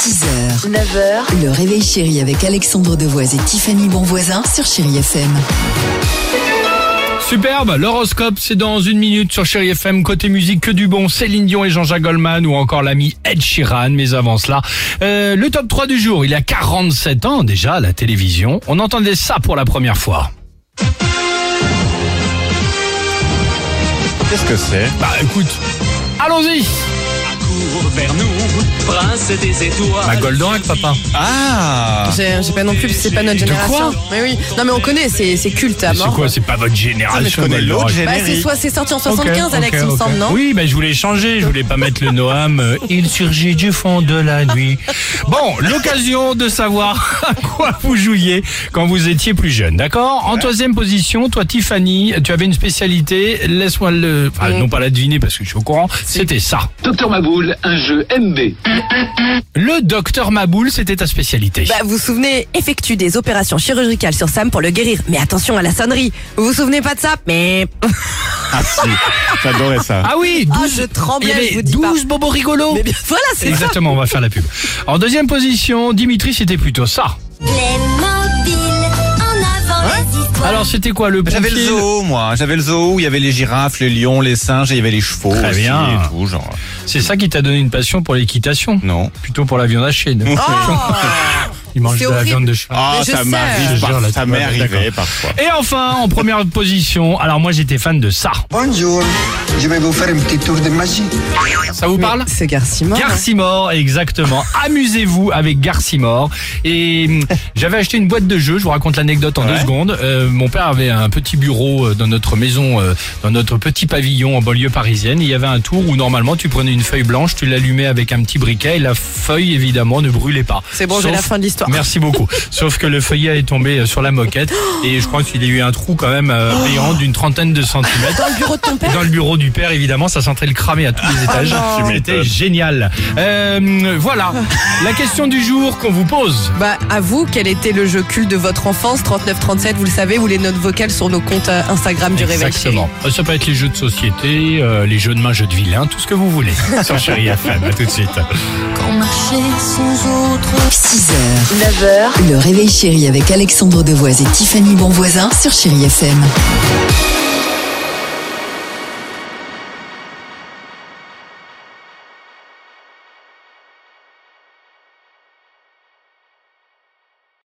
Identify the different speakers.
Speaker 1: 6h, 9h, le réveil chéri avec Alexandre Devoise et Tiffany Bonvoisin sur Chéri FM.
Speaker 2: Superbe, l'horoscope c'est dans une minute sur Chéri FM, côté musique que du bon, Céline Dion et Jean-Jacques Goldman ou encore l'ami Ed Sheeran, mais avant cela, euh, le top 3 du jour, il a 47 ans déjà à la télévision, on entendait ça pour la première fois.
Speaker 3: Qu'est-ce que c'est
Speaker 2: Bah écoute, allons-y
Speaker 4: Cours vers nous, prince des étoiles.
Speaker 2: Ma Goldorak papa
Speaker 3: Ah
Speaker 5: J'ai- J'ai pas non plus, c'est pas notre génération.
Speaker 2: quoi
Speaker 5: mais oui. Non mais on connaît, c'est c'est culte à
Speaker 2: Mais C'est
Speaker 5: mort.
Speaker 2: quoi, c'est pas votre
Speaker 3: Ah, mais je
Speaker 2: génération
Speaker 3: connais l'autre
Speaker 2: Goldorak
Speaker 5: Bah, c'est
Speaker 3: générique.
Speaker 5: soit c'est sorti en 75
Speaker 2: Ok,
Speaker 5: Alex
Speaker 2: ok,
Speaker 5: il me
Speaker 2: ok.
Speaker 5: semble non
Speaker 2: Oui, bah, je voulais changer, je voulais pas mettre le Noam. euh, Il surgit du fond de la nuit. Bon, l'occasion de savoir à quoi vous jouiez quand vous étiez plus jeune, d'accord En troisième position, toi Tiffany, tu avais une spécialité, laisse-moi le... Ah, non pas la deviner parce que je suis au courant, c'était ça.
Speaker 6: Docteur Maboul, un jeu MB.
Speaker 2: Le docteur Maboul, c'était ta spécialité.
Speaker 5: Bah, vous vous souvenez, effectue des opérations chirurgicales sur Sam pour le guérir. Mais attention à la sonnerie. Vous vous souvenez pas de ça Mais
Speaker 3: Ah si, j'adorais ça.
Speaker 2: ah oui,
Speaker 5: Ah,
Speaker 2: 12,
Speaker 5: je tremblais,
Speaker 2: il y avait
Speaker 5: je vous dis
Speaker 2: 12 bobos rigolos.
Speaker 5: mais bien, voilà, c'est ça.
Speaker 2: Exactement, on va faire la pub. En deuxième position, Dimitri, c'était plutôt ça.
Speaker 7: Les mobiles, en avant les histoires.
Speaker 2: Alors c'était quoi le
Speaker 3: J'avais le
Speaker 2: profil
Speaker 3: zoo, moi. J'avais le zoo où il y avait les girafes, les lions, les singes et il y avait les chevaux.
Speaker 2: Très
Speaker 3: aussi
Speaker 2: bien.
Speaker 3: Et tout, genre.
Speaker 2: C'est ça qui t'a donné une passion pour l'équitation
Speaker 3: Non.
Speaker 2: Plutôt pour la viande hachée. non
Speaker 5: Oh
Speaker 2: Il mange
Speaker 5: C'est
Speaker 2: de la
Speaker 5: horrible.
Speaker 2: viande de cheval.
Speaker 3: Ah,
Speaker 5: Mais je
Speaker 3: ça
Speaker 5: sais.
Speaker 2: Je te
Speaker 3: m'arrive.
Speaker 2: jure, là,
Speaker 3: par-
Speaker 2: tu
Speaker 3: Ça
Speaker 2: vois,
Speaker 3: m'est arrivé
Speaker 2: d'accord.
Speaker 3: parfois.
Speaker 2: Et enfin, en première position, alors moi j'étais fan de ça.
Speaker 8: Bonjour, je vais vous faire un petit tour de magie.
Speaker 2: Ça vous parle
Speaker 5: C'est Garcimore.
Speaker 2: Garcimore, exactement. Amusez-vous avec Garcimore. Et hum, j'avais acheté une boîte de jeux. Je vous raconte l'anecdote en deux secondes. Euh, mon père avait un petit bureau euh, dans notre maison, euh, dans notre petit pavillon en banlieue parisienne. Il y avait un tour où normalement tu prenais une feuille blanche, tu l'allumais avec un petit briquet et la feuille évidemment ne brûlait pas.
Speaker 5: C'est bon, j'ai
Speaker 2: Sauf-
Speaker 5: la fin de l'histoire.
Speaker 2: Merci beaucoup. Sauf que le feuillet est tombé euh, sur la moquette et je crois qu'il y a eu un trou quand même euh, béant d'une trentaine de centimètres.
Speaker 5: Dans le bureau de ton
Speaker 2: Et
Speaker 5: père Ah,
Speaker 2: Dans le bureau du père, évidemment, ça sentait le cramé à tous les étages.
Speaker 5: non.
Speaker 3: Tu
Speaker 2: C'était
Speaker 3: m'étonnes.
Speaker 2: génial. Euh, voilà, la question du jour qu'on vous pose.
Speaker 5: Bah, à vous, quel était le jeu culte de votre enfance 3937, vous le savez, ou les notes vocales sur nos comptes euh, Instagram du Réveil Chéri.
Speaker 2: Exactement. Euh, Ça peut être les jeux de société, euh, les jeux de main, jeux de vilain, tout ce que vous voulez. Sur Chéri FM, à tout de suite.
Speaker 7: Quand marcher sans autre
Speaker 1: 6h, 9h, le réveil chéri avec Alexandre Devoise et Tiffany Bonvoisin sur Chéri FM.